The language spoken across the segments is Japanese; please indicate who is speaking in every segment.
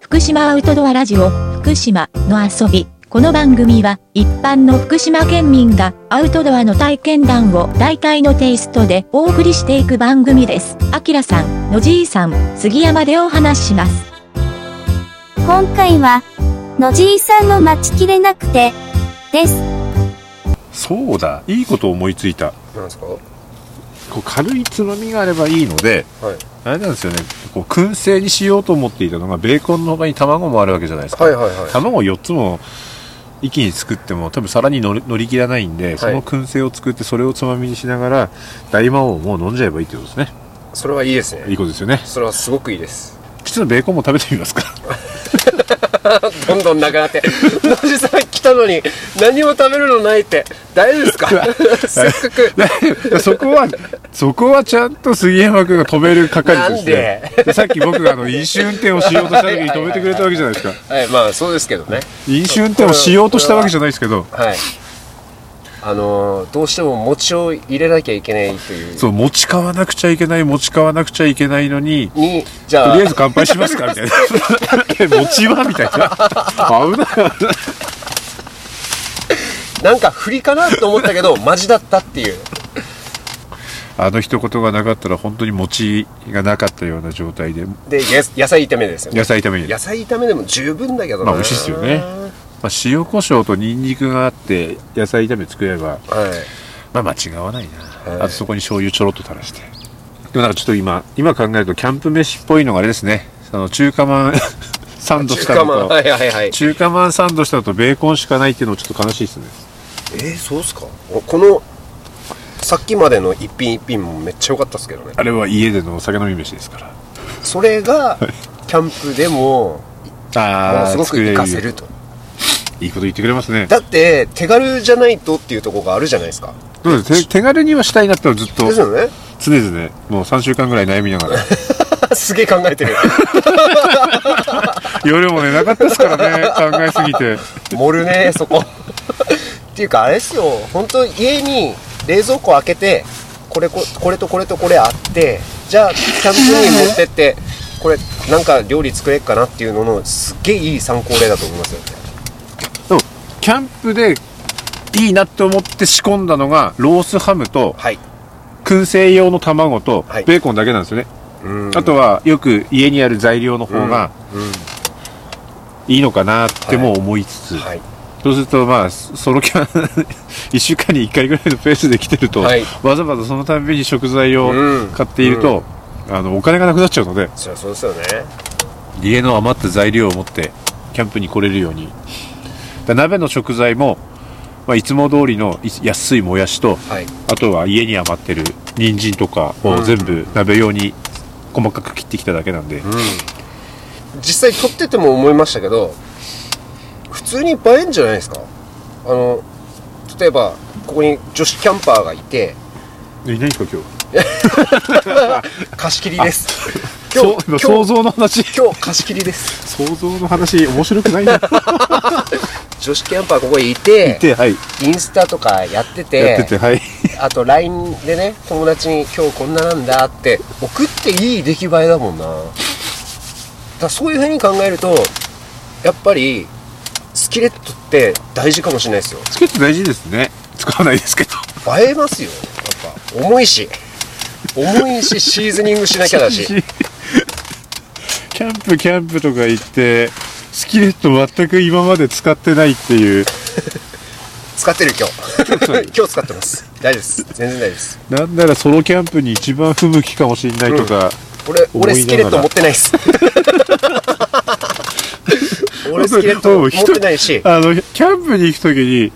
Speaker 1: 福島アウトドアラジオ福島の遊びこの番組は一般の福島県民がアウトドアの体験談を大体のテイストでお送りしていく番組です。あきらさん、のじいさん、杉山でお話しします。
Speaker 2: 今回は、のじいさんの待ちきれなくて、です。
Speaker 3: そうだいいこと思いついた
Speaker 4: なんですかは
Speaker 3: こう軽いつまみがあればいいので
Speaker 4: い
Speaker 3: あれなんですよねこう燻製にしようと思っていたのがベーコンの他に卵もあるわけじゃないですか、
Speaker 4: はいはいはい
Speaker 3: 卵4つも一気に作っても多分皿に乗り乗り切らないんで、
Speaker 4: い
Speaker 3: その燻製を作ってそれをつまみにしながら大魔王も飲んじゃえばいいってことですね
Speaker 4: それはいいです
Speaker 3: いい
Speaker 4: ね
Speaker 3: ことですよね
Speaker 4: それはすごくいいです
Speaker 3: 実はベーコンも食べてみますか
Speaker 4: どんどんなくなって 野地さん来たのに何も食べるのないって大丈夫で すかせっかく
Speaker 3: そこはそこはちゃんと杉山君が止める係として
Speaker 4: なん
Speaker 3: でさっき僕があの飲酒運転をしようとした時に止めてくれたわけじゃないですか
Speaker 4: はいまあそうですけどね
Speaker 3: 飲酒運転をしようとしたわけじゃないですけど
Speaker 4: はいあのーどうしても餅を入れなきゃいけないという
Speaker 3: そう持ち買わなくちゃいけない持ち買わなくちゃいけないのに
Speaker 4: にじゃ
Speaker 3: と
Speaker 4: あ
Speaker 3: りあえず乾杯しますかみたいな え持ちはみたいな 危ない危ない
Speaker 4: なんか振りかなと思った けどマジだったっていう
Speaker 3: あの一言がなかったら本当に餅がなかったような状態で
Speaker 4: でや野菜炒めですよね
Speaker 3: 野菜炒めに
Speaker 4: 野菜炒めでも十分だけどな
Speaker 3: まあ美味しいですよねまあ、塩コショウとニンニクがあって野菜炒め作れば
Speaker 4: はい
Speaker 3: まあ間違わないな、
Speaker 4: はい
Speaker 3: あとそこに醤油ちょろっと垂らしてでもなんかちょっと今今考えるとキャンプ飯っぽいのがあれですねその中華まん サンド
Speaker 4: 中
Speaker 3: したの
Speaker 4: 華まん
Speaker 3: と
Speaker 4: はいはいはい
Speaker 3: 中華まんサンドしたのとベーコンしかないっていうのもちょっと悲しいですね
Speaker 4: えー、そうっすかおこのさっきまでの一品一品もめっちゃ良かったっすけどね
Speaker 3: あれは家でのお酒飲み飯ですから
Speaker 4: それがキャンプでもも
Speaker 3: あ
Speaker 4: のすごく活かせ
Speaker 3: る
Speaker 4: ると
Speaker 3: いいこと言ってくれますね
Speaker 4: だって手軽じゃないとっていうところがあるじゃないですか
Speaker 3: そうです手手軽にはしたいなってのはずっと
Speaker 4: ですよね
Speaker 3: 常々もう3週間ぐらい悩みながら
Speaker 4: すげえ考えてる
Speaker 3: 夜も寝なかったですからね考えすぎて
Speaker 4: 盛るねそこっていうかあれですよ本当家に冷蔵庫開けてこれここれとこれとこれあってじゃあキャンプに持ってってこれなんか料理作れっかなっていうののすっげえいい参考例だと思いますよね
Speaker 3: でもキャンプでいいなって思って仕込んだのがロースハムと
Speaker 4: はい
Speaker 3: 燻製用の卵と
Speaker 4: はい
Speaker 3: ベーコンだけなんですよね、
Speaker 4: うん
Speaker 3: あとはよく家にある材料の方がいいのかなっても思いつつ、
Speaker 4: はい
Speaker 3: そうするとまあソロキャン 1週間に1回ぐらいのペースで来てると、
Speaker 4: はい
Speaker 3: わざわざそのために食材を
Speaker 4: うん
Speaker 3: 買っていると、あのお金がなくなっちゃうので
Speaker 4: そりゃそうですよね
Speaker 3: 家の余った材料を持ってキャンプに来れるようにだ鍋の食材も、まあ、いつも通りのい安いもやしと
Speaker 4: はい
Speaker 3: あとは家に余ってる人参とかを全部鍋用に細かく切ってきただけなんで、
Speaker 4: 実際撮ってても思いましたけど普通に映えんじゃないですかあの例えばここに女子キャンパーがいて
Speaker 3: いないんですか今日
Speaker 4: 貸し切りです
Speaker 3: そう今
Speaker 4: 今日
Speaker 3: 想
Speaker 4: 今日
Speaker 3: 像の話
Speaker 4: 今日貸し切りです
Speaker 3: 想像の話面白くない な
Speaker 4: 女子キャンパーここにい て
Speaker 3: で、はい、
Speaker 4: インスタとかやってて
Speaker 3: やっててはい
Speaker 4: あと LINE でね友達に「今日こんななんだ」って送っていい出来栄えだもんなだからそういうふうに考えるとやっぱりスキレットって大事かもしれないですよ
Speaker 3: チケット大事ですね使わないですけど
Speaker 4: 映えますよやっぱ重いし重いしシーズニングしなきゃだし
Speaker 3: キャン プキャンプとか行ってスキレット全く今まで使ってないっていう
Speaker 4: 使ってる今日 今日使ってます大丈夫です全然大丈夫です
Speaker 3: なんならソロキャンプに一番不向きかもしれないとか、
Speaker 4: 俺
Speaker 3: 思いながら
Speaker 4: 俺スキレット持ってないです 俺スキレット持ってないし
Speaker 3: あのキャンプに行く時に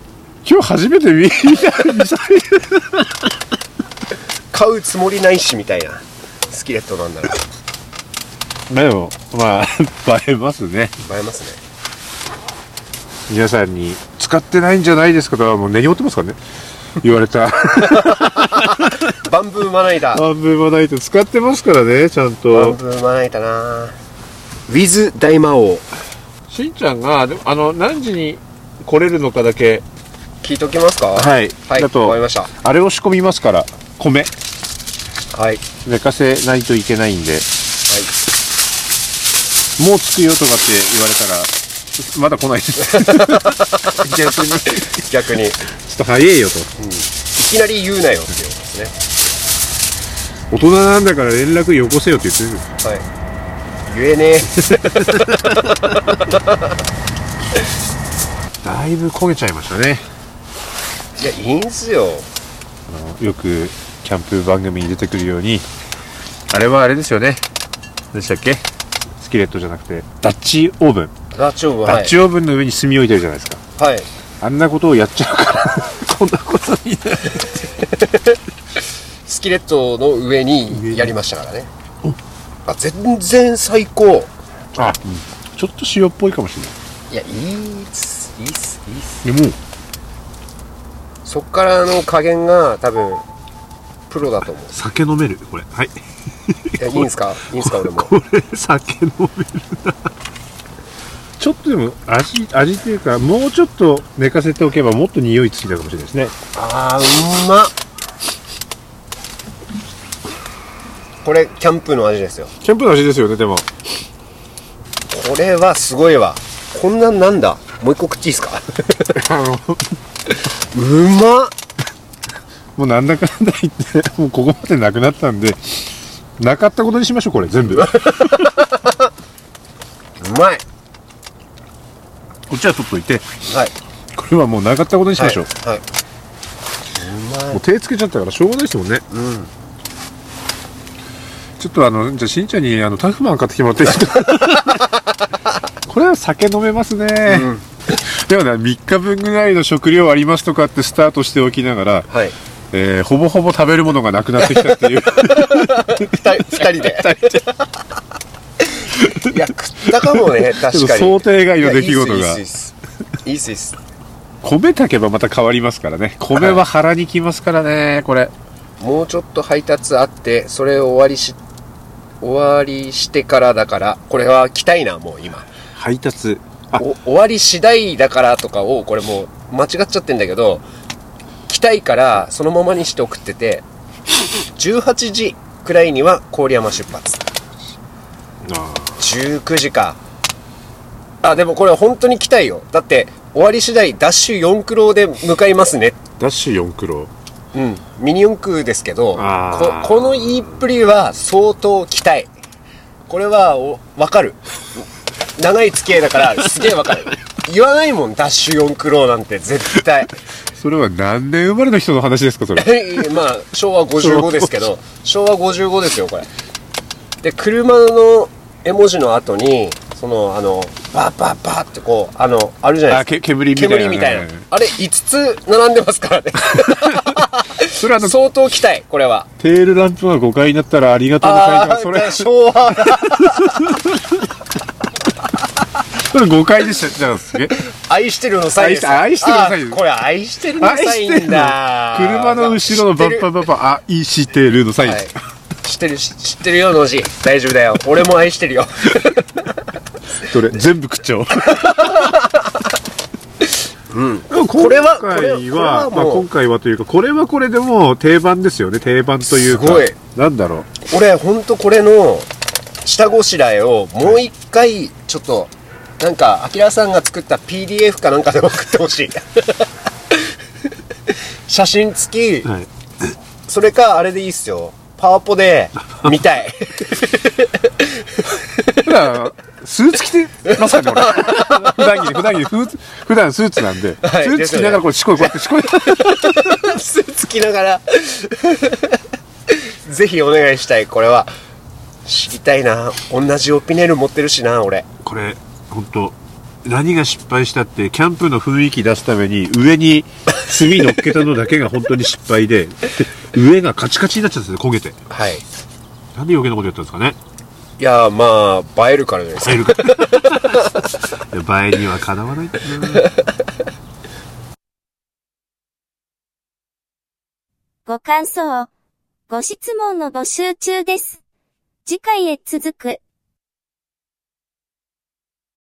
Speaker 3: 今日初めて見た 見た
Speaker 4: 買うつもりないしみたいなスキレットなんだろ
Speaker 3: でもまあ 映えますね
Speaker 4: う映えますね
Speaker 3: 皆さんに使ってないんじゃないですかとはもう根に持ってますからね言われ た
Speaker 4: バンブーまな板
Speaker 3: 半分もないと使ってますからねちゃん
Speaker 4: バン
Speaker 3: と
Speaker 4: ブーまな板なウィズ大魔王
Speaker 3: しんちゃんがでもあの何時に来れるのかだけ
Speaker 4: 聞いときますかはい
Speaker 3: はい、
Speaker 4: はい
Speaker 3: だ
Speaker 4: わかり
Speaker 3: と
Speaker 4: ました
Speaker 3: あれを仕込みますから米
Speaker 4: はい
Speaker 3: 寝かせないといけないんでもう着くよとかって言われたら、まだ来 ないです。逆に。ちょ
Speaker 4: 逆にい
Speaker 3: っと早いよと。
Speaker 4: きなり言うなよっていうことです
Speaker 3: 大人なんだから連絡よこせよって言ってるんです。
Speaker 4: ねはい言えねえ
Speaker 3: だいぶ焦げちゃいましたね。
Speaker 4: いやいいんすよ
Speaker 3: よくキャンプ番組に出てくるように、あれはあれですよね。何でしたっけスキレットじゃなくて、ダッチオーブン。
Speaker 4: ダチョウは
Speaker 3: ダッチオーブンの上に炭置いてるじゃないですか。
Speaker 4: はい、はい、
Speaker 3: あんなことをやっちゃうから、 こんなことになる。
Speaker 4: スキレットの上にやりましたからねあ全然最高
Speaker 3: あ、ちょっと塩っぽいかもしれない
Speaker 4: やいいっすいいっすいいっす
Speaker 3: い。でも、
Speaker 4: そっからの加減が多分プロだと思う
Speaker 3: 酒飲める、これ。はい。
Speaker 4: いやいいんすかいいんすか俺も
Speaker 3: これ酒飲めるなちょっとでも味味っていうかもうちょっと寝かせておけばもっと匂いつきたかもしれないですね
Speaker 4: あーうまっこれキャンプの味ですよ
Speaker 3: キャンプの味ですよねでも
Speaker 4: これはすごいわこんなんなんだもう一個食っていいですか
Speaker 3: あの
Speaker 4: うまっ
Speaker 3: もうなんだかんだ言って もうここまでなくなったんでなかったことにしましょうこれ全部こ
Speaker 4: うまい
Speaker 3: っちは取っといて
Speaker 4: はい
Speaker 3: これはもうなかったことにしましょう、
Speaker 4: はい、はいう
Speaker 3: もう手つけちゃったからしょうがないですもんね
Speaker 4: まいうん
Speaker 3: ちょっとあのじゃあしんちゃんにあのタフマン買ってきてもらっていいですか これは酒飲めますね、
Speaker 4: うん
Speaker 3: でもね、3日分ぐらいの食料ありますとかってスタートしておきながら、
Speaker 4: はい
Speaker 3: えーほぼほぼ食べるものがなくなってきたっていう。
Speaker 4: 二人二人でいや食ったかもね
Speaker 3: ちょ
Speaker 4: 確
Speaker 3: っと
Speaker 4: かに
Speaker 3: 想定外の出来事が
Speaker 4: いやいいっすいいっすいいっすいいっすいいっす
Speaker 3: 米炊けばまた変わりますからね。米は腹にきますからね、これ。
Speaker 4: もうちょっと配達あってそれを終わりし終わりしてからだからこれは来たいなもう今
Speaker 3: 配達。あ、
Speaker 4: お終わり次第だからとかをこれもう間違っちゃってんだけど来たいからそのままにして送ってて18時くらいには郡山出発
Speaker 3: あ
Speaker 4: 19時かあでもこれ本当に来たいよだって終わり次第ダッシュ4クロで向かいますね
Speaker 3: ダッシュ4クロ。
Speaker 4: うんミニ四駆ですけどこ
Speaker 3: あー
Speaker 4: この言いっぷりは相当期待これはお分かる長い付き合いだからすげえ分かる言わないもんダッシュ4クロなんて絶対
Speaker 3: それは何年生まれの人の話ですか、それ。
Speaker 4: まあ昭和55ですけど昭和55ですよこれで車の絵文字の後にそのあのバーバーバーってこうあのあるじゃない
Speaker 3: あ、
Speaker 4: です
Speaker 3: け
Speaker 4: か
Speaker 3: 煙みたいな、ね。
Speaker 4: 煙みたいなあれ5つ並んでますからね
Speaker 3: それ あの、
Speaker 4: 相当期待これは
Speaker 3: テールランプが5回になったらありがとうの会
Speaker 4: あ
Speaker 3: が、
Speaker 4: あ
Speaker 3: それ、そ
Speaker 4: 昭和
Speaker 3: れ5回でした。じゃあ、すげ え。
Speaker 4: 愛してるのサインです
Speaker 3: 愛して愛してるのサイン
Speaker 4: あこれ愛してるの
Speaker 3: 愛
Speaker 4: サイ
Speaker 3: して
Speaker 4: ン
Speaker 3: んの
Speaker 4: だ
Speaker 3: 車の後ろのバッパ
Speaker 4: ン
Speaker 3: バッパ、あ、いしてるのサイン。
Speaker 4: 知ってる知知ってるよの字大丈夫だよ俺も愛してるよ
Speaker 3: どれ全部口調。うん、
Speaker 4: これは
Speaker 3: 今回は
Speaker 4: これはこれはも
Speaker 3: まあ、
Speaker 4: う
Speaker 3: 今回はというかこれはこれでもう定番ですよね定番というか
Speaker 4: すごい
Speaker 3: なんだろ
Speaker 4: 俺ほんとこれの下ごしらえをもう一回ちょっとなんかあきらさんが作った PDF かなんかで送ってほしい 写真付き
Speaker 3: う、はい、
Speaker 4: それかあれでいいっすよパワポで見 たい
Speaker 3: 普段スーツ着てます かね俺普段着で普段着で普段普段スーツなんで、
Speaker 4: はい
Speaker 3: スーツ着ながらこれしこいこうやってしこい
Speaker 4: スーツ着ながら ぜひお願いしたいこれは知りたいな同じオピネル持ってるしな俺
Speaker 3: これ本当何が失敗したってキャンプの雰囲気出すために上に炭乗っけたのだけが本当に失敗でで上がカチカチになっちゃったんですよ焦げて
Speaker 4: はい
Speaker 3: なんで余計なことやったんですかね
Speaker 4: いやまあ映えるからじゃないですか
Speaker 3: 入るから。場合にはかなわないんだな。
Speaker 2: ご感想、ご質問の募集中です。次回へ続く。